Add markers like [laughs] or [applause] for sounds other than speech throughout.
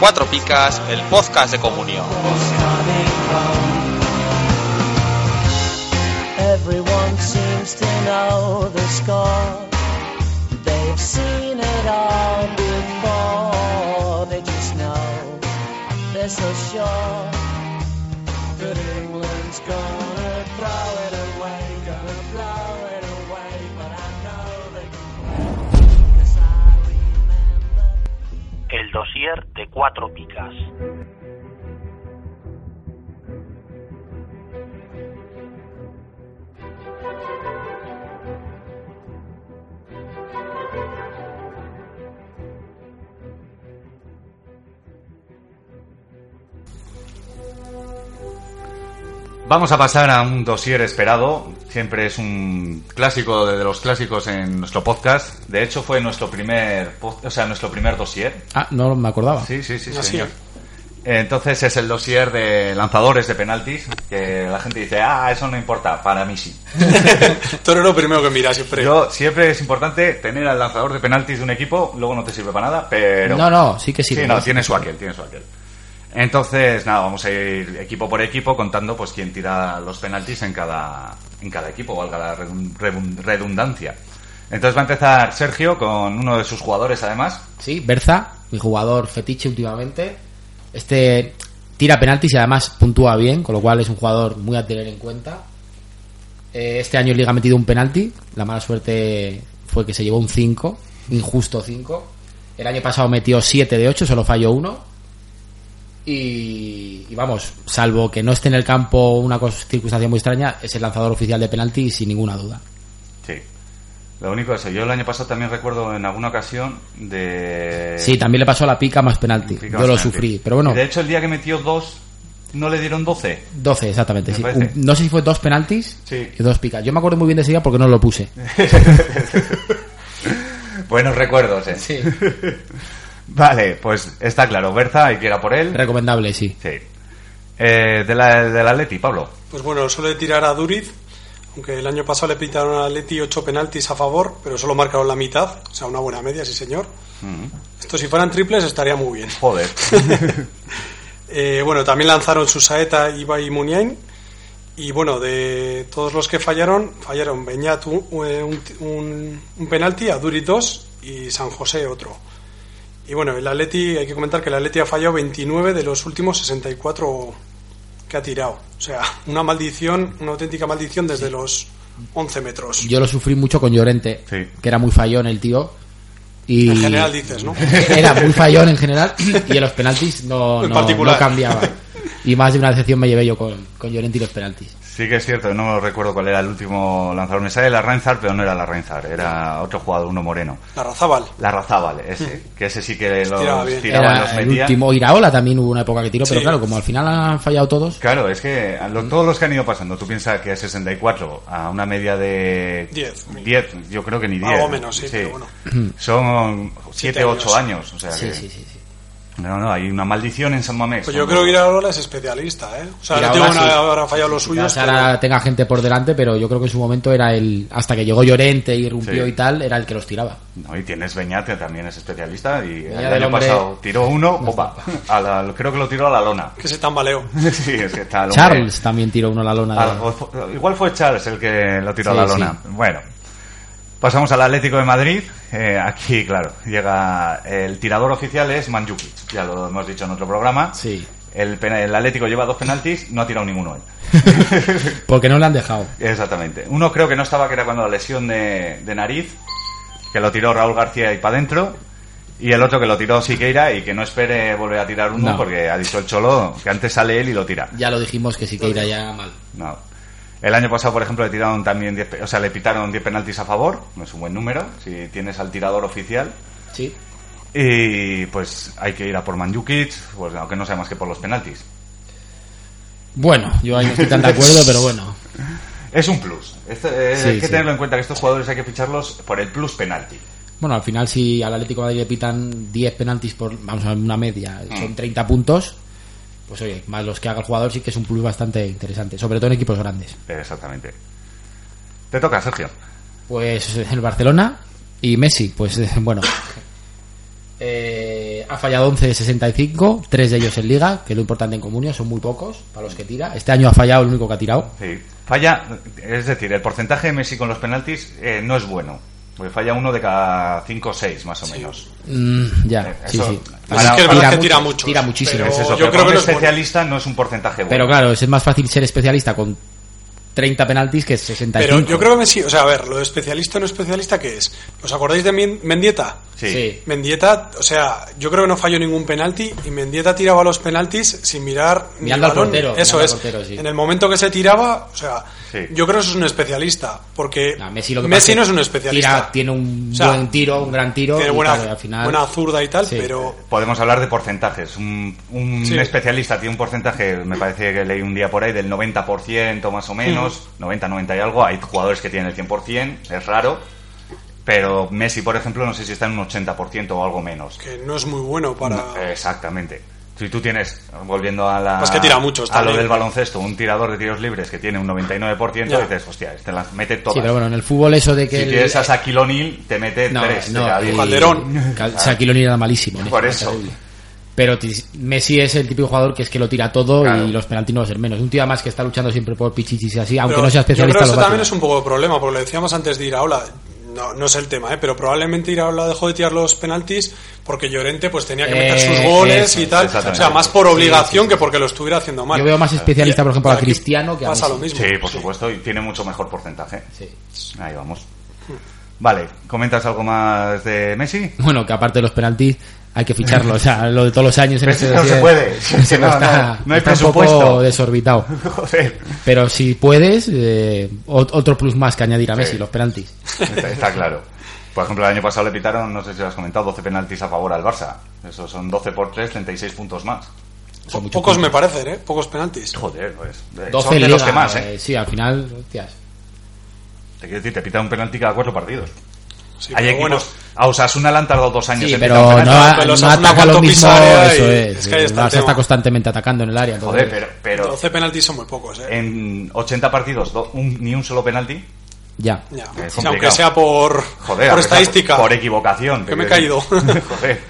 Cuatro Picas, el podcast de comunión. Everyone seems to know the score. They've seen it all before. They just know they're so sure that England's gonna throw it away, gonna throw it away. But I know they can. 'Cause I remember. El dossier de cuatro picas. Vamos a pasar a un dossier esperado. Siempre es un clásico de los clásicos en nuestro podcast. De hecho, fue nuestro primer, pod- o sea, nuestro primer dossier. Ah, no me acordaba. Sí, sí, sí, señor. Dossier. Entonces es el dossier de lanzadores de penaltis que la gente dice, ah, eso no importa, para mí sí. Tú eres lo primero que miras siempre. Yo siempre es importante tener al lanzador de penaltis de un equipo, luego no te sirve para nada, pero... No, no, sí que sirve. Sí, no, tiene su aquel, tiene su aquel. Entonces, nada, vamos a ir equipo por equipo contando pues quién tira los penaltis en cada, en cada equipo, valga la redun- redun- redundancia. Entonces va a empezar Sergio con uno de sus jugadores, además. Sí, Berza, mi jugador fetiche últimamente. Este tira penaltis y además puntúa bien, con lo cual es un jugador muy a tener en cuenta. Eh, Este año en Liga ha metido un penalti. La mala suerte fue que se llevó un 5, injusto 5. El año pasado metió 7 de 8, solo falló uno. Y, y vamos, salvo que no esté en el campo una cos- circunstancia muy extraña, es el lanzador oficial de penalti sin ninguna duda. Sí. Lo único es, yo el año pasado también recuerdo en alguna ocasión de... Sí, también le pasó a la pica más penalti. Pica Yo lo bastante. sufrí, pero bueno. Y De hecho, el día que metió dos, ¿no le dieron 12? 12, exactamente. Me sí. parece. Un- no sé si fue dos penaltis Sí. y dos picas. Yo me acuerdo muy bien de ese día porque no [laughs] lo puse. Buenos recuerdos, ¿eh? Sí. Vale, pues está claro, Berza, hay que ir a por él. Recomendable, sí. Sí. Eh, de la, del Atleti, Pablo. Pues bueno, suele tirar a Duriz, aunque el año pasado le pitaron a Leti ocho penaltis a favor, pero solo marcaron la mitad, o sea, una buena media, sí señor. Esto si fueran triples estaría muy bien. Joder. Eh, bueno, también lanzaron su saeta Ibai y Muniain. Y bueno, de todos los que fallaron, fallaron Beñat un, eh, un- un- un penalti, Aduri dos y San José otro. Y bueno, el Atleti, hay que comentar que el Atleti ha fallado 29 de los últimos 64 que ha tirado. O sea, una maldición, una auténtica maldición desde los 11 metros. Yo lo sufrí mucho con Llorente, Sí. que era muy fallón el tío. Y En general dices, ¿no? [laughs] Era muy fallón en [laughs] general y en los penaltis no, En no- particular. no cambiaba. Y más de una decepción me llevé yo con, con Llorente y los penaltis. [laughs] Sí que es cierto, no recuerdo cuál era el último lanzador. Me sale la Reinzar, pero no era la Reinzar, era otro jugador, uno moreno. La Razábal. La Razábal, ese. Que ese sí que los Tiraba bien. tiraba, Hmm. Era los el metía. último. Iraola también hubo una época que tiró, pero Sí. claro, como al final han fallado todos. Claro, es que a Hmm. lo- todos los que han ido pasando, tú piensas que a 64, a una media de Diez. 10, yo creo que ni 10. Algo menos, sí, pero bueno. [clears throat] Son 7, Siete 8 años. años. o sea Sí, que- sí, sí. sí. No, no, hay una maldición en San Mamés. Pues yo Cuando- creo que Iraola es especialista, ¿eh? O sea, no Iraola digo que sí. habrá fallado Pues los Quizás suyos. ahora pero- tenga gente por delante, pero yo creo que en su momento era el. Hasta que llegó Llorente y irrumpió Sí. y tal, era el que los tiraba. No, y tienes Beñate, también es especialista. Y Beñat, el el año hombre- pasado tiró [laughs] uno, ¡opa! A la- creo que lo tiró a la lona. que se tambaleó. [laughs] sí, es que está el hombre- Charles también tiró uno a la lona. de- Algo- fue- igual fue Charles el que lo tiró a Sí, la sí. lona. Bueno, pasamos al Atlético de Madrid. Eh, aquí, claro, llega el tirador oficial es Manjukic. Ya lo hemos dicho en otro programa. Sí. El, pena- el Atlético lleva dos penaltis, no ha tirado ninguno él. Porque no le han dejado. Exactamente. Uno creo que no estaba, que era cuando la lesión de, de nariz, que lo tiró Raúl García y para adentro. Y el otro que lo tiró Siqueira y que no espere volver a tirar uno No. porque ha dicho el Cholo que antes sale él y lo tira. Ya lo dijimos que Pues sí que irá ya mal. No. El año pasado, por ejemplo, le tiraron también 10, pe- o sea, le pitaron 10 penaltis a favor, no es un buen número, si tienes al tirador oficial. Sí. Y pues hay que ir a por Manjukic, pues aunque no sea más que por los penaltis. Bueno, yo ahí no estoy tan de acuerdo, pero bueno. Es un plus. Esto, eh, Sí, hay que sí. tenerlo en cuenta que estos jugadores hay que ficharlos por el plus penalti. Bueno, al final si al Atlético de Madrid le pitan 10 penaltis por, vamos a ver, una media, Mm. son 30 puntos, pues oye, más los que haga el jugador sí que es un plus bastante interesante, sobre todo en equipos grandes. Eh, Exactamente. Te toca, Sergio. Pues el Barcelona y Messi, pues [laughs] eh, bueno. Eh, ha fallado 11 de 65, tres de ellos en Liga, que es lo importante en Comunio, son muy pocos para los que tira. Este año ha fallado el único que ha tirado. Sí. Falla, es decir, el porcentaje de Messi con los penaltis eh, no es bueno. Porque falla uno de cada cinco o seis, más o menos. Mm, ya, Eh, sí, eso- sí. Pues es que es verdad que tira mucho, mucho, Tira muchísimo. pero- Es eso, yo pero creo para que un no es bueno. especialista no es un porcentaje bueno. Pero claro, es más fácil ser especialista con 30 penaltis que 65. Pero yo creo que Messi, o sea, a ver, lo de especialista o no especialista, ¿qué es? ¿Os acordáis de Mien- Mendieta? Sí. Sí. Mendieta, o sea, yo creo que no falló ningún penalti y Mendieta tiraba los penaltis sin mirar ni Mirando al el balón. portero, mirando Eso al es. portero, sí. En el momento que se tiraba, o sea, Sí. yo creo que eso es un especialista, porque No, Messi, lo que pasa es que no es un especialista. tira- tiene un O sea, buen tiro, un gran tiro. tiene y buena, tal, al final, buena zurda y tal, Sí. pero Podemos hablar de porcentajes. Un, un Sí. especialista tiene un porcentaje, me parece que leí un día por ahí, del 90% más o menos, 90, 90 y algo. Hay jugadores que tienen el 100%, es raro. Pero Messi, por ejemplo, no sé si está en un 80% o algo menos. que no es muy bueno Eh, para... Exactamente. Si tú tienes, volviendo a la. Pues que tira muchos A lo también. del baloncesto, un tirador de tiros libres que tiene un 99%, Ya. dices, hostia, te las mete todas. Sí, pero bueno, en el fútbol eso de que. si el- tienes a Shaquille O'Neal, te mete tres. de cada diez. y- Calderón. Cal- Shaquille O'Neal era malísimo. ¿no? Por Era eso. terrible. Pero ti- Messi es el típico jugador que es que lo tira todo Claro. y los penaltis no va a ser menos. Un tío además que está luchando siempre por pichichis y así, aunque Pero no sea especialista. Yo creo que lo eso va a también es tirar. un poco de problema, porque lo decíamos antes de Iraola. No, no es el tema, ¿eh? pero probablemente Iraola dejó de tirar los penaltis porque Llorente pues tenía que meter Eh, sus goles eso, y tal. O exactamente. sea, más por obligación que porque lo estuviera haciendo mal. Yo veo más especialista, por ejemplo, a Aquí Cristiano que a Pasa Messi. lo mismo. Sí, por supuesto, y tiene mucho mejor porcentaje. Sí. Ahí vamos. Vale, ¿comentas algo más de Messi? Bueno, que aparte de los penaltis hay que ficharlo. [laughs] O sea, lo de todos los años en Messi este no se dossier- puede. Es que no, está, no, no hay está un presupuesto. poco desorbitado. Joder, Pero si puedes, eh, ot- otro plus más que añadir a Messi, Sí. los penaltis. está, está claro. Por ejemplo, el año pasado le pitaron, no sé si lo has comentado, 12 penaltis a favor al Barça. Eso son 12 por 3, 36 puntos más. Son muchos Pocos me puntos. parecen, ¿eh? Pocos penaltis. Joder, pues. eh, 12 son de en los Liga, que más, ¿eh? eh, Sí, al final, hostias. Te quiero decir, te pitan un penalti cada cuatro partidos. Sí, Hay pero equipos. bueno, A Osasuna le han tardado dos años Sí, en pero pitar un no, penalti. no, pero los Asuna ataca lo cuanto mismo. pisar, eh, eso y- es. es que el ahí está el Barça está tema. constantemente atacando en el área. entonces- Joder, pero, pero 12 penaltis son muy pocos, ¿eh? en 80 partidos do- un- ni un solo penalti. Ya. Ya. es O sea, complicado. aunque sea por, Joder, a por pesar- estadística. Por equivocación. Que me he quiero decir. caído. [laughs] Joder.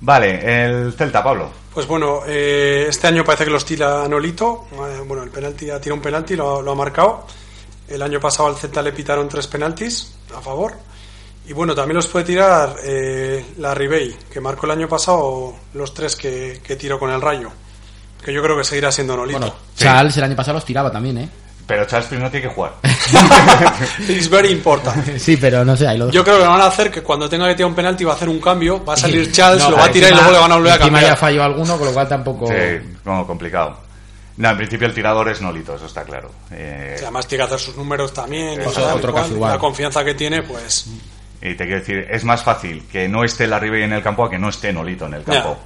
Vale, el Celta, Pablo. Pues bueno, eh, este año parece que los tira Nolito. Eh, bueno, el penalti ha tirado un penalti, lo, lo ha marcado. El año pasado al Celta le pitaron tres penaltis a favor. Y bueno, también los puede tirar eh, la Ribey, que marcó el año pasado los tres que, que tiró con el Rayo. Que yo creo que seguirá siendo Nolito. Bueno, Sí. Charles el año pasado los tiraba también, ¿eh? Pero Charles primero tiene que jugar. [laughs] It's very important. Sí, pero no sé, ahí lo Yo creo que lo van a hacer que cuando tenga que tirar un penalti va a hacer un cambio, va a salir [laughs] Charles, No, lo va a pero tirar y encima- luego le van a volver a encima cambiar. ya falló alguno, con lo cual tampoco. Sí, no, complicado. No, en principio el tirador es Nolito, eso está claro. Eh, Y Además tiene que hacer sus números también. y Eso, tal, otro y cual. caso igual. La confianza que tiene, pues... y te quiero decir, es más fácil que no esté la Ribey en el campo a que no esté Nolito en el campo.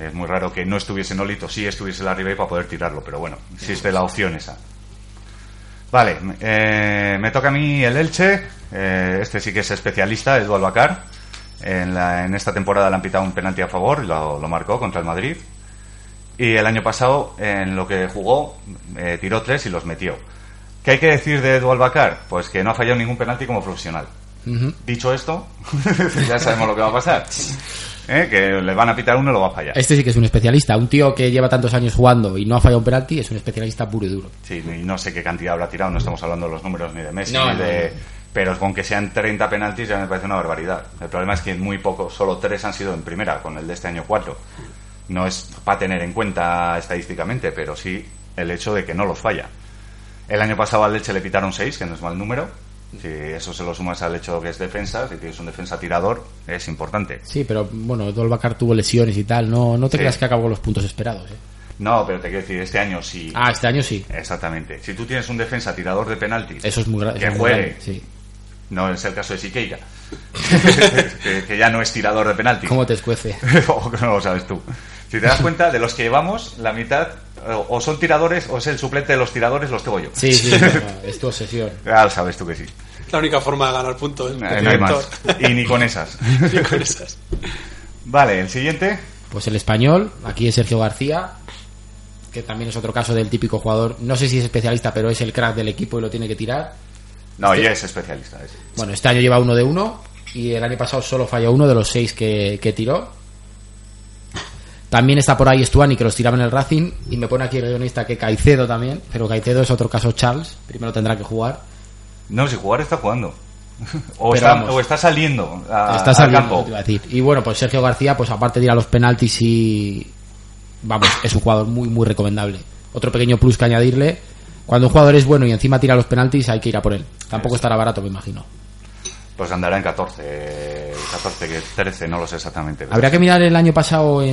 Es muy raro que no estuviese Nolito, sí estuviese la Ribey para poder tirarlo, pero bueno, existe la opción esa. Vale, eh, me toca a mí el Elche. eh, este sí que es especialista, Edu Albacar. En, la- en esta temporada le han pitado un penalti a favor y lo, lo marcó contra el Madrid. Y el año pasado, en lo que jugó, eh, tiró tres y los metió. ¿Qué hay que decir de Edu Albacar? Pues que no ha fallado ningún penalti como profesional. Dicho esto, [laughs] ya sabemos lo que va a pasar. ¿Eh? Que le van a pitar uno y lo va a fallar. Este sí que es un especialista. Un tío que lleva tantos años jugando y no ha fallado un penalti es un especialista puro y duro. Sí, y no sé qué cantidad habrá tirado, no estamos hablando de los números ni de Messi, No, ni no, de... no. Pero con que sean 30 penaltis ya me parece una barbaridad. El problema es que muy pocos, solo tres han sido en primera, con el de este año cuatro. No es para tener en cuenta estadísticamente, pero sí el hecho de que no los falla. El año pasado al Leche le pitaron seis, que no es mal número, Si eso se lo sumas al hecho que es defensa, si tienes un defensa tirador, es importante. Sí, pero bueno, Dolbacar tuvo lesiones y tal. No, no te Sí. creas que acabó con los puntos esperados. ¿eh? No, pero te quiero decir, este año sí. Ah, este año sí. Exactamente. Si tú tienes un defensa tirador de penalti, Eso es muy grave. que juegue. Sí. No es el caso de [laughs] Siqueira, que, que ya no es tirador de penalti. [laughs] ¿Cómo te [laughs] escuece? o que no lo sabes tú. Si te das cuenta, de los que llevamos, la mitad o- o son tiradores o es el suplente de los tiradores, los tengo yo. Sí, sí, no, no, es tu obsesión. Ah, sabes tú que sí. La única forma de ganar puntos. Eh, no hay más. Y ni con [laughs] esas. Y [laughs] con esas. Vale, el siguiente. Pues el español, aquí es Sergio García, que también es otro caso del típico jugador, no sé si es especialista, pero es el crack del equipo y lo tiene que tirar. No, Este. y es especialista. es. Bueno, este año lleva uno de uno y el año pasado solo falló uno de los seis que, que tiró. También está por ahí Stuani, que los tiraba en el Racing, y me pone aquí el guionista que Caicedo también, pero Caicedo es otro caso Charles, primero tendrá que jugar. No, si jugar está jugando. O, Pero está, vamos. o está saliendo, a- está al saliendo, campo. te iba a decir. Y bueno, pues Sergio García, pues aparte de ir a los penaltis y... Vamos, es un jugador muy, muy recomendable. Otro pequeño plus que añadirle. Cuando un jugador es bueno y encima tira los penaltis, hay que ir a por él. Tampoco estará barato, me imagino. Pues andará en 14, 14, que 13, no lo sé exactamente. pero Habría que mirar el año pasado en,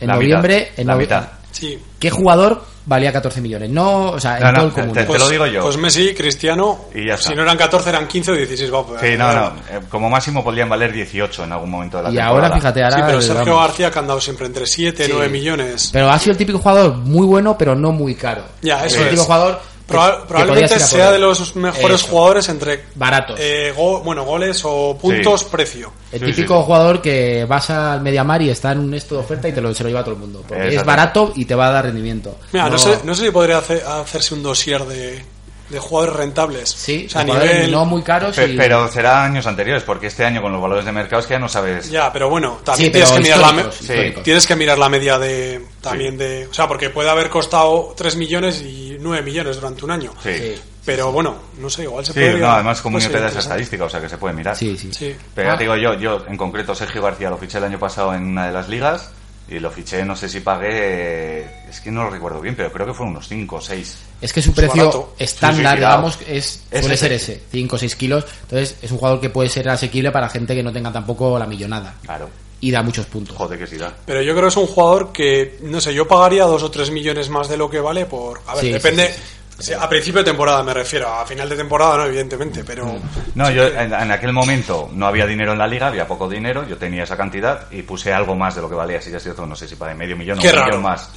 en la mitad, noviembre. en la novie- mitad. Sí. ¿Qué jugador valía 14 millones? No, o sea, en No, no, todo el te- común. te- Te lo digo yo. Pues Messi, Cristiano. Y ya está. Si no eran 14, eran 15 o pues, 16. vamos. Sí, no, no. eh, Como máximo podrían valer 18 en algún momento de la Y temporada. ahora, fíjate, ahora... Sí, pero el- Sergio vamos. García que ha andado siempre entre 7, 9 millones. Pero ha sido el típico jugador muy bueno, pero no muy caro. Ya, eso el es. típico jugador... que- Proba- que probablemente podías ir a por sea él. de los mejores Eso. jugadores entre Baratos. eh, go- bueno, goles o puntos, precio. El Sí, típico sí, sí. jugador que vas al Mediamar y está en un esto de oferta y te lo, se lo lleva a todo el mundo. Porque es Exacto. barato y te va a dar rendimiento. Mira, no, No- sé, no sé si podría hacer- hacerse un dossier de, de jugadores rentables. Sí, o sea, a jugadores nivel. no muy caros. Pe- y- Pero será años anteriores, porque este año con los valores de mercado es que ya no sabes. Ya, pero bueno, Sí, también pero tienes, que mirar la me- históricos, históricos. tienes que mirar la media de. También de. O sea, porque puede haber costado 3 millones y 9 millones durante un año. Sí, sí, Sí, Pero bueno, no sé, igual se puede. Pues no, además como puede yo te da ser esa estadística, o sea que se puede mirar. sí, sí. interesante. Sí. Pero ya Ah. te digo yo, yo en concreto Sergio García lo fiché el año pasado en una de las ligas y lo fiché, no sé si pagué, es que no lo recuerdo bien, pero creo que fueron unos 5 o 6. Es que su precio barato. estándar, Sí, sí, cuidado. digamos, es, Es suele ese. ser ese, 5 o 6 kilos. Entonces es un jugador que puede ser asequible para gente que no tenga tampoco la millonada. Claro, Y da muchos puntos. joder que sí da. Pero yo creo que es un jugador que, no sé, yo pagaría dos o tres millones más de lo que vale por... A ver, Sí, sí, depende... sí, o sea, A principio de temporada me refiero, a final de temporada no, Mm. evidentemente, pero... No, yo en, en aquel momento no había dinero en la liga, había poco dinero, yo tenía esa cantidad y puse algo más de lo que valía, si ya es cierto, no sé si pagué medio millón o Qué un raro. millón más.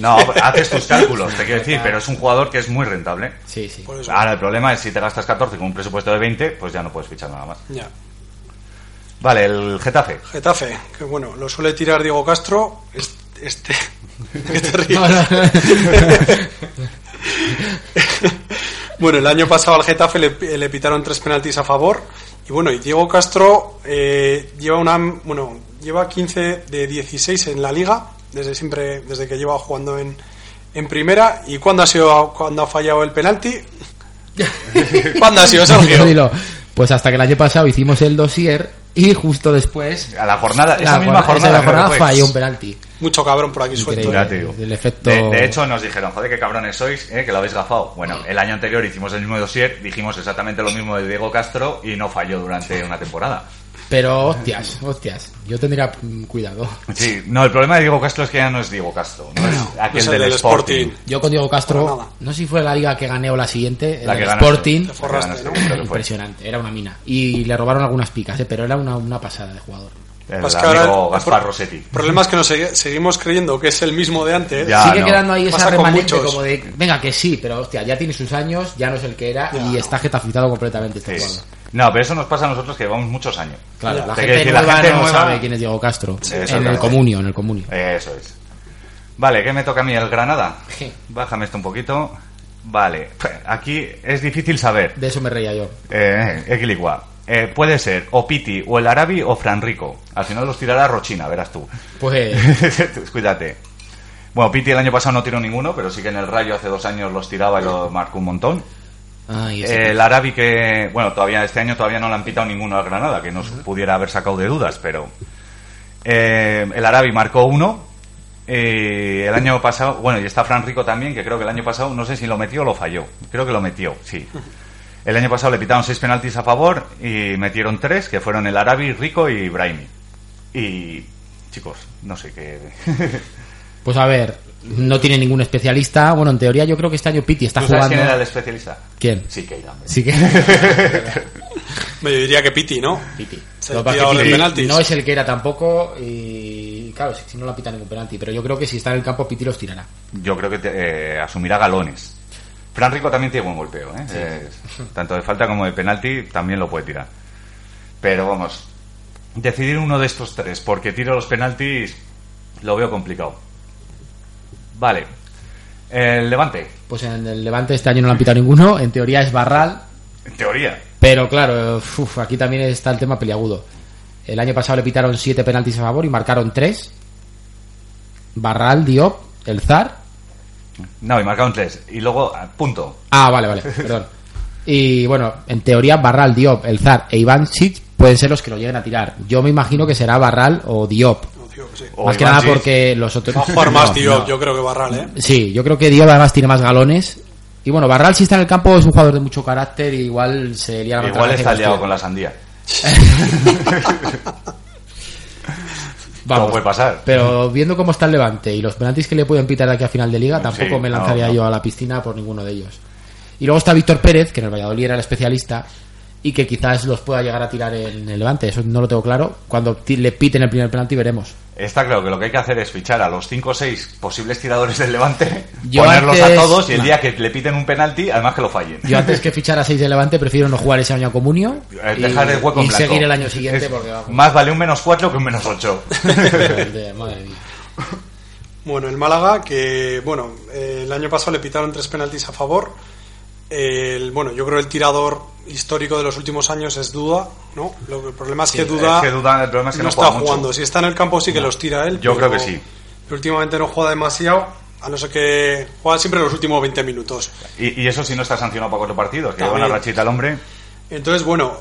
No, haces tus cálculos, te quiero decir, pero es un jugador que es muy rentable. Sí, sí. por eso. Ahora, el problema es si te gastas 14 con un presupuesto de 20, pues ya no puedes fichar nada más. Ya. Vale, el Getafe. Getafe, que bueno, lo suele tirar Diego Castro. es- [laughs] Este... ¿Qué te ríes? [laughs] No, [laughs] no, [laughs] Bueno, el año pasado al Getafe le, le pitaron tres penaltis a favor. Y bueno, y Diego Castro eh, lleva una bueno, lleva 15 de 16 en la liga, desde siempre, desde que lleva jugando en, en primera. ¿Y cuándo ha sido cuando ha fallado el [laughs] penalti? ¿Cuándo ha sido Dilo, Sergio? dilo. Pues hasta que el año pasado hicimos el dossier y justo después... A la jornada, esa la misma jornada- jornada. esa misma jornada creo que fue. falló un penalti. Mucho cabrón por aquí suelto. ¿eh? Increíble. Ya te digo. El efecto- De, de hecho, nos dijeron, joder, qué cabrones sois, eh, que lo habéis gafado. Bueno, el año anterior hicimos el mismo dossier, dijimos exactamente lo mismo de Diego Castro y no falló durante una temporada. Pero hostias, hostias. Yo tendría mm, cuidado. Sí, no, el problema de Diego Castro es que ya no es Diego Castro, no es aquel es el del, del Sporting. Sporting. Yo con Diego Para Castro, nada. no sé si fue la liga que gané o la siguiente, La el que ganaste. Sporting. La que forraste, ganaste, ¿no? creo que fue. Impresionante, era una mina. Y le robaron algunas picas, ¿eh? pero era una, una pasada de jugador. El Pues que amigo ahora- Gaspar Rossetti. El problema es que nos segui- seguimos creyendo que es el mismo de antes. Ya. Ah, Sigue no. quedando ahí esa Pasa con remanente muchos. como de, venga, que sí, pero hostia, ya tiene sus años, ya no es el que era Ya, y no. está getafitado completamente este Sí. jugador. No, pero eso nos pasa a nosotros que llevamos muchos años. Claro, Te la quiero gente, decir, nueva gente no nueva- sabe quién es Diego Castro. en el exactamente. comunio, en el comunio. Eso es. Vale, ¿qué me toca a mí? ¿El Granada? Sí. Bájame esto un poquito. Vale, aquí es difícil saber. [laughs] De eso me reía yo. Eh, Equiligua. Eh, puede ser o Piti, o el Arabi, o Franrico. Al final los tirará Rochina, verás tú. Pues [laughs] Cuídate. Bueno, Piti el año pasado no tiró ninguno, pero sí que en el Rayo hace dos años los tiraba y los marcó un montón. ay, ese Eh, el Arabi que, bueno, todavía este año todavía no le han pitado ninguno al Granada, que nos pudiera haber sacado de dudas, pero eh, el Arabi marcó uno. eh, el año pasado, bueno, y está Fran Rico también, que creo que el año pasado, no sé si lo metió o lo falló. Creo que lo metió, sí. El año pasado le pitaron seis penaltis a favor y metieron tres, que fueron el Arabi, Rico y Brahimi. Y, chicos, no sé qué... Pues a ver, no tiene ningún especialista. Bueno, en teoría yo creo que este año Piti está ¿Tú sabes quién era el jugando. especialista? ¿Quién? Sí, que hombre. [laughs] Sí que. Me diría que Piti, ¿no? Piti. Se Lo que pasa pilló es que de Piti penaltis. no es el que era tampoco y claro, si si no la pita ningún penalti, pero yo creo que si está en el campo Piti los tirará. Yo creo que te- eh, asumirá galones. Fran Rico también tiene buen golpeo, ¿eh? Es- tanto de falta como de penalti también lo puede tirar. Pero vamos, decidir uno de estos tres, porque tiro los penaltis lo veo complicado. Vale. El Levante, Pues en el Levante este año no la han pitado ninguno, en teoría es Barral, en teoría. pero claro, uf, aquí también está el tema peliagudo. El año pasado le pitaron siete penaltis a favor y marcaron tres. Barral, Diop, El Zar. No, y marcaron tres. Y luego, ah, punto. Ah, vale, vale, perdón. Y bueno, en teoría Barral, Diop, El Zar e Iván Sic pueden ser los que lo lleguen a tirar. Yo me imagino que será Barral o Diop. No, tío, sí. O más que Iván nada Gis. porque los otros. Va a jugar [laughs] más, No, tío. no. Yo creo que Barral, ¿eh? Sí, yo creo que Diop además tiene más galones. Y bueno, Barral, si está en el campo, es un jugador de mucho carácter. Y igual se lía la Igual contraataque está liado hostia. con la sandía. Vamos, Todo puede pasar. Pero viendo cómo está el Levante y los penaltis que le pueden pitar de aquí a final de liga, tampoco Sí, me lanzaría no, no. yo a la piscina por ninguno de ellos. Y luego está Víctor Pérez, que en el Valladolid era el especialista y que quizás los pueda llegar a tirar en el Levante. Eso no lo tengo claro. Cuando ti- le piten el primer penalti veremos. Está claro que lo que hay que hacer es fichar a los 5 o 6 posibles tiradores del Levante, Yo ponerlos a antes- todos y el No. día que le piten un penalti, además que lo fallen. Yo antes que fichar a 6 de Levante prefiero no jugar ese año a Comunio Eh, Dejar y, el hueco en y blanco. seguir el año siguiente Es- porque vamos, Más vale un menos 4 que un menos [laughs] 8. [laughs] de- madre mía. Bueno, el Málaga, que bueno, eh, el año pasado le pitaron tres penaltis a favor. El, bueno, yo creo el tirador histórico de los últimos años es Duda, ¿no? Lo que- el problema es que Duda, es que Duda, el problema es que no está juega mucho. jugando. Si está en el campo sí que los tira él. Yo pero- creo que sí. pero Últimamente no juega demasiado, a no ser que juega siempre los últimos 20 minutos. Y, y eso sí no está sancionado para cuatro partidos, que lleva una También. rachita al hombre. Entonces, bueno,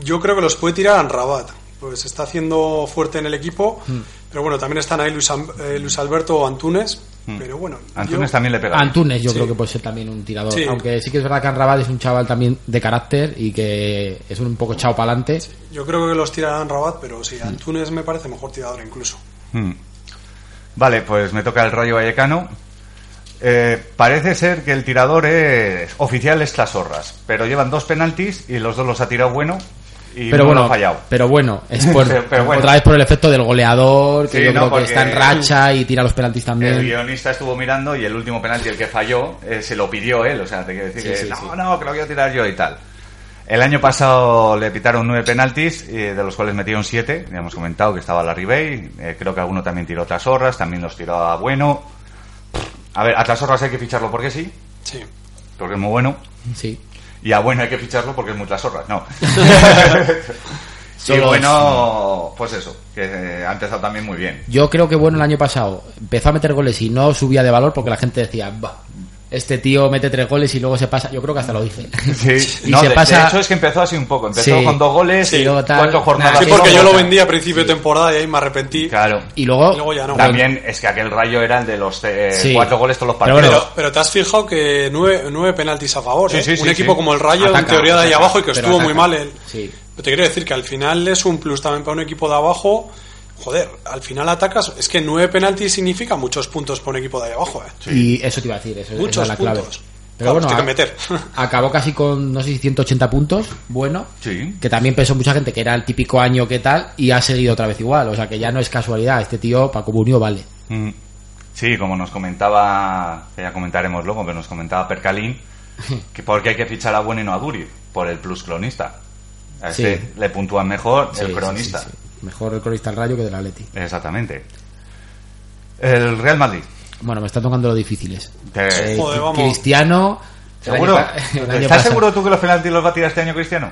yo creo que los puede tirar Anrabat, pues se está haciendo fuerte en el equipo, Hmm. pero bueno, también están ahí Luis, Am- eh, Luis Alberto o Antunes, pero bueno. Hmm. Antunes yo- también le pega. A Antunes yo Sí. creo que puede ser también un tirador. Sí. Aunque sí que es verdad que Anrabat es un chaval también de carácter y que es un poco chao para adelante. Yo creo que los tirarán Rabat, pero sí, Hmm. Antunes me parece mejor tirador incluso. Mm. Vale, pues me toca el Rayo Vallecano. Eh, parece ser que el tirador es oficial es Trasorras, pero llevan dos penaltis y los dos los ha tirado bueno y pero uno bueno, ha fallado. pero bueno, es por- [laughs] Pero- pero bueno. otra vez por el efecto del goleador, que Sí, no, yo creo porque- que está en racha y tira los penaltis El también. guionista estuvo mirando y el último penalti, el que falló, eh, se lo pidió él. O sea, te quiero decir Sí, que sí, no, sí. no, que lo voy a tirar yo y tal. El año pasado le pitaron nueve penaltis, eh, de los cuales metieron siete. Ya hemos comentado que estaba la Ribey. eh, creo que alguno también tiró otras horras, también los tiró a bueno. A ver, a otras horras hay que ficharlo porque sí, Sí. porque es muy bueno. Sí. Y a bueno hay que ficharlo porque es muy trasorras, [laughs] no. [laughs] y Solo- bueno, pues eso, que eh, ha empezado también muy bien. Yo creo que bueno el año pasado empezó a meter goles y no subía de valor porque la gente decía, "Bah, este tío mete tres goles y luego se pasa. Yo creo que hasta lo dice. Sí, Y no, se de, pasa- de hecho es que empezó así un poco. Empezó Sí. con dos goles Sí, y luego tal. cuatro jornadas. Nah, Sí, porque luego- yo lo vendí a principio de temporada y ahí me arrepentí. Claro. Y luego, [laughs] Y luego ya no. También es que aquel rayo era el de los eh, Sí. cuatro goles todos los Pero partidos. Pero, pero te has fijado que nueve, nueve penaltis a favor. Sí, ¿eh? sí, un sí, equipo sí. como el Rayo, en Ataca, teoría de ahí ataca, abajo, y que pero estuvo ataca. muy mal. El... Sí. Pero te quiero decir que al final es un plus también para un equipo de abajo. Joder, al final atacas. Es que nueve penaltis significa muchos puntos para un equipo de ahí abajo. ¿eh? Y eso te iba a decir, eso esa Muchos es la clave. puntos. Claro, pues tiene que a- meter. [laughs] acabó casi con, no sé si 180 puntos, bueno, Sí. que también pensó mucha gente que era el típico año que tal, y ha seguido otra vez igual, o sea que ya no es casualidad, este tío Paco Bunio vale. Mm. Sí, como nos comentaba, que ya comentaremos luego, pero nos comentaba [laughs] Percalín, que porque hay que fichar a Bueno y no a Duri, por el plus cronista. A este Sí. le puntúan mejor Sí, sí, el cronista. sí, sí. Mejor el cronista del Rayo que del Atleti. Exactamente. El Real Madrid. Bueno, me está tocando lo difíciles. Te- Eh, Joder, vamos. Cristiano... el ¿Seguro? año pa- [laughs] el año ¿Estás pasado. seguro tú que los penaltis los va a tirar este año Cristiano?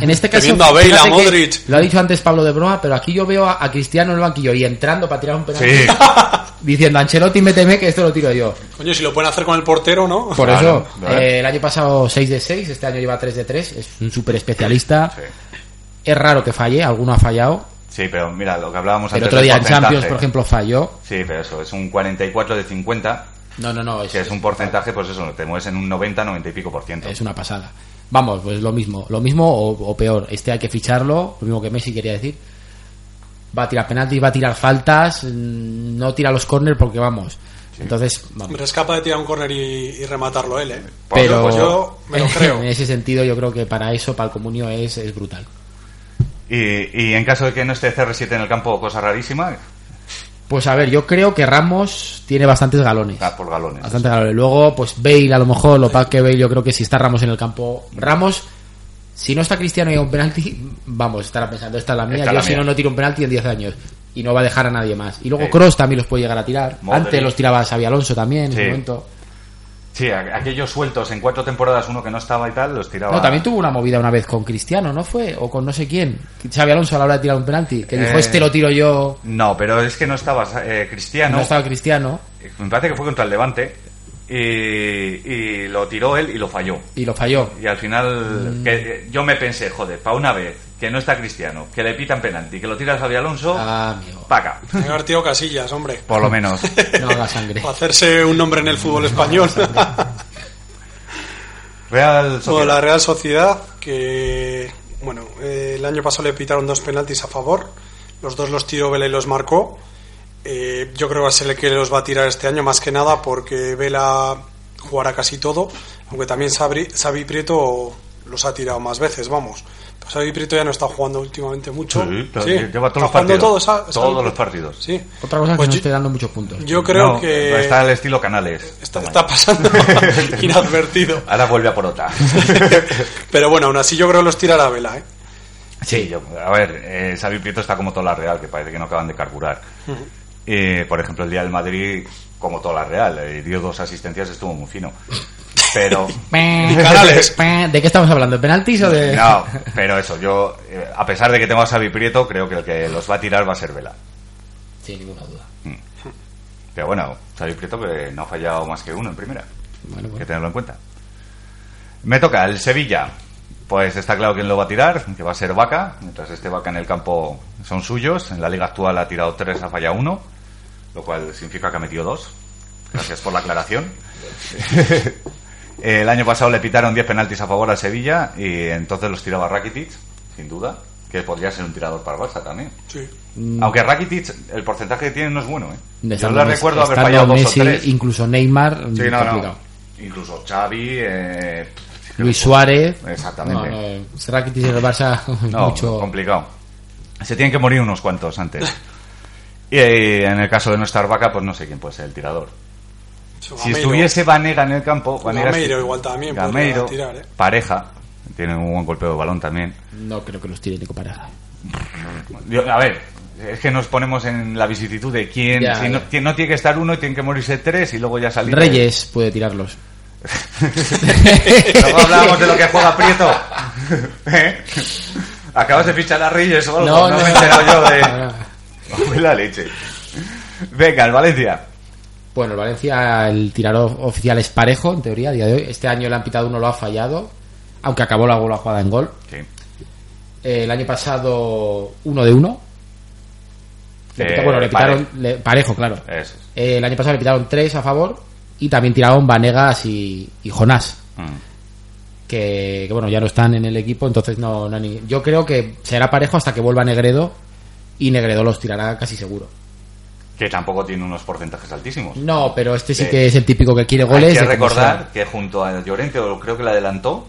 En este caso, Teniendo a Bale, fíjate a que Modric. lo ha dicho antes Pablo de broma, pero aquí yo veo a, a Cristiano en el banquillo y entrando para tirar un penalti, Sí. diciendo, Ancelotti, méteme que esto lo tiro yo. Coño, si lo pueden hacer con el portero, ¿no? Por Claro, eso, claro. eh, el año pasado 6 de 6, este año lleva 3 de 3, es un súper especialista. Sí. Es raro que falle, alguno ha fallado. [laughs] Sí, pero mira, lo que hablábamos El antes otro del día en porcentaje. Champions, por ejemplo, falló. Sí, pero eso, es un 44 de 50. No, no, no. Es, que es un porcentaje, pues eso, te mueves en un 90, 90 y pico por ciento. Es una pasada. Vamos, pues lo mismo, lo mismo o, o peor. Este hay que ficharlo, lo mismo que Messi quería decir. Va a tirar penaltis, va a tirar faltas, mm, no tira los corners porque vamos. Entonces, vamos. [laughs] Hombre, es capaz de tirar un corner y, y rematarlo él, ¿eh? Por Pero supuesto. [laughs] yo me lo creo. en ese sentido, yo creo que para eso, para el comunio, es, es brutal. Y, y en caso de que no esté CR7 en el campo, cosa rarísima, Pues a ver, yo creo que Ramos tiene bastantes galones. ah, por galones. Bastante claro. Y Luego, pues Bale, a lo mejor, lo pa' que Bale, yo creo que si está Ramos en el campo, Ramos, si no está Cristiano y hay un penalti, vamos, estará pensando, esta es la mía, Esta es yo la si mía. no, no tiro un penalti en 10 años. Y no va a dejar a nadie más. Y luego Sí. Cross también los puede llegar a tirar. Modric. Antes los tiraba Xavi Alonso también, en Sí. su momento. Sí, a- aquellos sueltos en cuatro temporadas, uno que no estaba y tal, los tiraba. No, también tuvo una movida una vez con Cristiano, ¿no fue? O con no sé quién. Xavi Alonso a la hora de tirar un penalti. Que dijo, Eh, este lo tiro yo, No, pero es que no estaba eh, Cristiano. no estaba Cristiano. Me parece que fue contra el Levante. Y, y lo tiró él y lo falló. Y lo falló. Y al final que, eh, yo me pensé, joder, para una vez que no está Cristiano, que le pitan penalti, que lo tira Javier Alonso, Ah, amigo. paca. Tiene que haber tirado casillas, hombre. Por lo menos. No [laughs] haga sangre. Para hacerse un nombre en el fútbol español. Real Bueno, Sociedad. la Real Sociedad, que bueno, eh, el año pasado le pitaron dos penaltis a favor, los dos los tiró Vela y los marcó. Eh, yo creo que va a ser el que los va a tirar este año, más que nada porque Vela jugará casi todo, aunque también Sabri- Xavi Prieto los ha tirado más veces, vamos. Pero Xavi Prieto ya no está jugando últimamente mucho. Sí, Sí, lleva está todos los jugando partidos. todo, Sa- Xavi todos los Prieto. partidos. Sí. Otra cosa es que Pues no yo- esté dando muchos puntos. Yo creo No, que Está el estilo Canales. está- [laughs] está pasando [laughs] inadvertido. Ahora vuelve a por [laughs] otra. [laughs] Pero bueno, aún así yo creo que los tirará Vela, ¿eh? Sí, yo, a ver, eh, Xavi Prieto está como toda la Real, que parece que no acaban de carburar. Eh, por ejemplo, el día del Madrid, como toda la Real, eh, dio dos asistencias, estuvo muy fino. [laughs] Pero, [laughs] Canales. ¿De qué estamos hablando? ¿De penaltis o de.? no, pero eso, yo, eh, a pesar de que tengo a Xavi Prieto, creo que el que los va a tirar va a ser Vela. Sin ninguna duda. Pero bueno, Xavi Prieto que no ha fallado más que uno en primera, Bueno, hay que bueno. tenerlo en cuenta. Me toca el Sevilla. Pues está claro quién lo va a tirar, que va a ser Vaca. Mientras este Vaca en el campo son suyos. En la liga actual ha tirado tres, ha fallado uno, lo cual significa que ha metido dos. Gracias por la [laughs] aclaración. el año pasado le pitaron 10 penaltis a favor al Sevilla y entonces los tiraba Rakitic, sin duda, que podría ser un tirador para el Barça también. Sí. Aunque Rakitic, el porcentaje que tiene no es bueno. ¿eh? Yo Estando le Mm. Messi- recuerdo haber estando fallado dos Messi, o tres. Incluso Neymar, Sí, mm, no, no. complicado. Incluso Xavi, eh, Luis Suárez. Exactamente. No, no, Rakitic en el Barça, [laughs] no, mucho. complicado. Se tienen que morir unos cuantos antes. Y eh, en el caso de no estar vaca, pues no sé quién puede ser el tirador. Si Gameiro. estuviese Vanega en el campo, Vanega Gameiro sí. igual también podría Gameiro, tirar, ¿eh? pareja, tiene un buen golpeo de balón también. No creo que los tire ni Pareja. Yo- a ver, es que nos ponemos en la vicisitud de quién, Ya, si no, ya. quién no tiene que estar uno, tiene que morirse tres y luego ya salir. Reyes puede tirarlos. [laughs] Luego hablamos de lo que juega [laughs] Prieto. [laughs] ¿Eh? Acabas de fichar a Reyes o algo. No, me he enterado yo de. No, no. Fue la leche. Venga, el Valencia. Bueno, el Valencia, el tirador oficial es parejo, en teoría, a día de hoy. Este año le han pitado uno, lo ha fallado. Aunque acabó la bola jugada en gol. Eh, el año pasado, uno de uno. Le Eh, pita- bueno, le pare- pitaron le- parejo, claro. Eso. es. Eh, el año pasado le pitaron tres a favor y también tiraron Vanegas y, y Jonás, Mm. que, que, bueno, ya no están en el equipo, entonces no, no hay ni- Yo creo que será parejo hasta que vuelva Negredo y Negredo los tirará casi seguro. Que tampoco tiene unos porcentajes altísimos. No, pero este sí Sí. que es el típico que quiere Eh, Hay goles. que de como recordar sea. que junto a Llorente, o creo que le adelantó,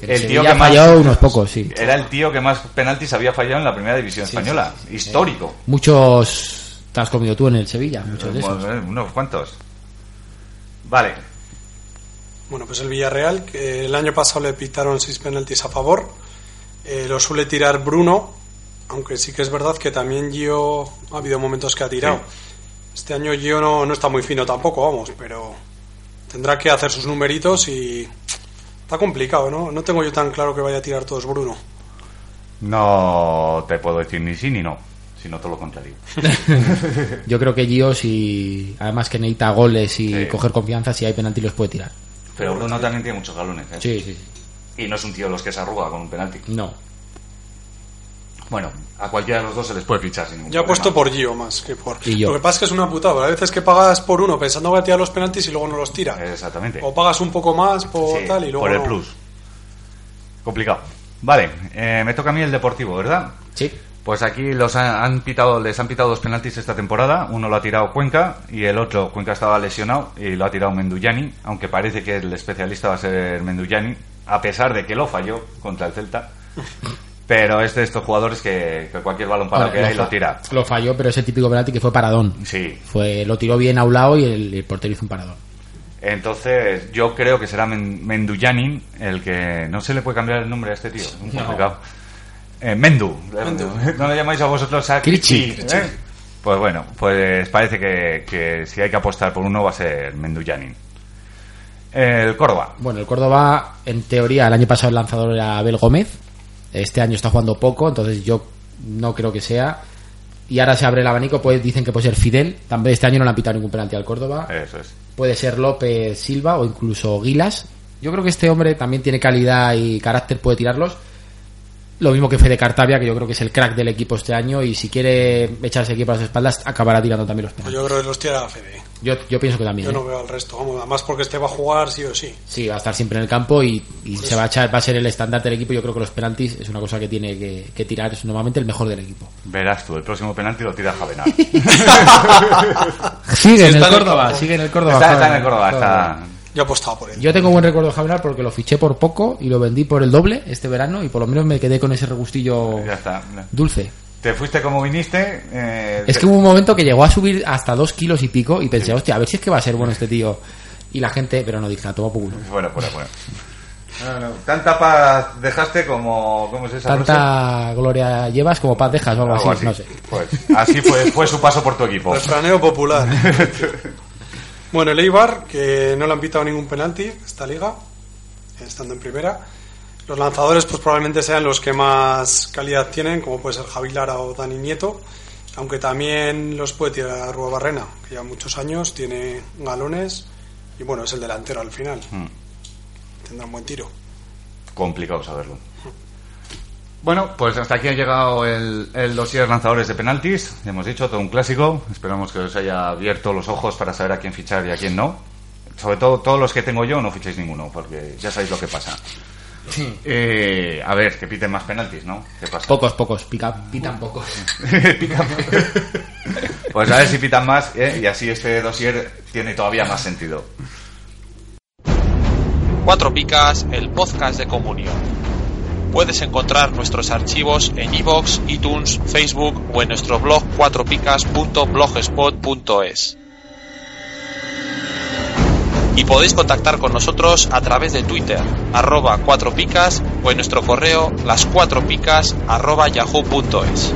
Que el Sevilla más- ha Eh, fallado unos pocos, sí. Era el tío que más penaltis había fallado en la primera división española. Histórico. Muchos te has comido tú en el Sevilla, muchos de esos. Eh, Bueno, unos cuantos. Vale. Bueno, pues el Villarreal, que el año pasado le pitaron seis penaltis a favor. Eh, lo suele tirar Bruno, aunque sí que es verdad que también Gio ha habido momentos que ha tirado. Este año Gio no, no está muy fino tampoco, vamos, pero tendrá que hacer sus numeritos y está complicado, ¿no? No tengo yo tan claro que vaya a tirar todos Bruno. No te puedo decir ni sí ni no, sino todo lo contrario. Yo creo que Gio, si, además que necesita goles y Sí. coger confianza, si hay penalti los puede tirar. Pero Bruno también tiene muchos galones, ¿eh? Sí, sí, Y no es un tío de los que se arruga con un penalti. sí. No. Bueno, a cualquiera de los dos se les puede fichar sin ningún Yo apuesto problema. por Gio más que por. Y yo. Lo que pasa es que es una putada. A veces que pagas por uno pensando que va a tirar los penaltis y luego no los tira. Exactamente. O pagas un poco más por Sí, tal y luego. por el no. plus. Complicado. Vale, eh, me toca a mí el deportivo, ¿verdad? Sí. Pues aquí los han, han pitado, les han pitado dos penaltis esta temporada. Uno lo ha tirado Cuenca y el otro, Cuenca estaba lesionado y lo ha tirado Menduyani, aunque parece que el especialista va a ser Menduyani, a pesar de que lo falló contra el Celta. [laughs] Pero es de estos jugadores que, que cualquier balón para Ahora, que hay fa- lo tira. Lo falló, pero ese típico penalti que fue paradón. Sí. Fue, lo tiró bien a un lado y el, el portero hizo un paradón. Entonces, yo creo que será Men- Menduyanin el que. No se le puede cambiar el nombre a este tío. Es un No. complicado. Eh, Mendu. Mendu. [laughs] No lo llamáis a vosotros a Crichi. Crichi, ¿eh? Pues bueno, pues parece que, que si hay que apostar por uno va a ser Menduyanin. El Córdoba. Bueno, el Córdoba, en teoría, el año pasado el lanzador era Abel Gómez. Este año está jugando poco, entonces yo no creo que sea. Y ahora se abre el abanico, pues dicen que puede ser Fidel. También este año no le han pitado ningún penalti al Córdoba. Eso es. Puede ser López Silva o incluso Guilas. Yo creo que este hombre también tiene calidad y carácter, puede tirarlos. Lo mismo que Fede Cartavia, que yo creo que es el crack del equipo este año y si quiere echarse equipo a las espaldas, acabará tirando también los penaltis. Yo creo que los tira Fede. Yo, yo pienso que también. Yo ¿eh? no veo al resto. Vamos, además porque este va a jugar sí o sí. Sí, va a estar siempre en el campo y, y Pues se va a echar, va a ser el estándar del equipo. Yo creo que los penaltis es una cosa que tiene que, que tirar, es normalmente el mejor del equipo. Verás tú, el próximo penalti lo tira Javenar. [laughs] Sigue en el está en el Córdoba, campo. sigue en el Córdoba. está, está en Javier. el Córdoba, está. Yo apostaba por él. Yo tengo buen recuerdo de Javier porque lo fiché por poco y lo vendí por el doble este verano y por lo menos me quedé con ese regustillo Ya está. dulce. Te fuiste como viniste. eh, Es te- que hubo un momento que llegó a subir hasta dos kilos y pico y pensé, hostia, a ver si es que va a ser bueno este tío. Y la gente, pero no dije, a toma por culo. Fuera, fuera, fuera. No, no, Tanta paz dejaste como. ¿Cómo es esa frase? Tanta gloria llevas como paz dejas o algo, Algo así, no sé. Pues, así fue, fue su paso por tu equipo. Refraneo popular. bueno, el Eibar, que no le han pitado ningún penalti esta liga, estando en primera. Los lanzadores, pues probablemente sean los que más calidad tienen, como puede ser Javi Lara o Dani Nieto, aunque también los puede tirar Rua Barrena, que lleva muchos años, tiene galones y bueno, es el delantero al final. Mm. Tendrá un buen tiro. Complicado saberlo. Bueno, pues hasta aquí ha llegado el, el dossier lanzadores de penaltis. Ya Hemos dicho todo un clásico. Esperamos que os haya abierto los ojos para saber a quién fichar y a quién no. Sobre todo, todos los que tengo yo no fichéis ninguno, porque ya sabéis lo que pasa. Eh, a ver, que piten más penaltis, ¿no? ¿Qué pasa? [laughs] Pocos, pocos, pica, pitan pocos. Pues a ver si pitan más ¿eh? y así este dossier tiene todavía más sentido. Cuatro Picas, el podcast de comunión. Puedes encontrar nuestros archivos en iVoox, iTunes, Facebook o en nuestro blog cuatropicas.blogspot.es. Y podéis contactar con nosotros a través de Twitter, arroba cuatro picas o en nuestro correo las cuatro picas arroba yahoo.es.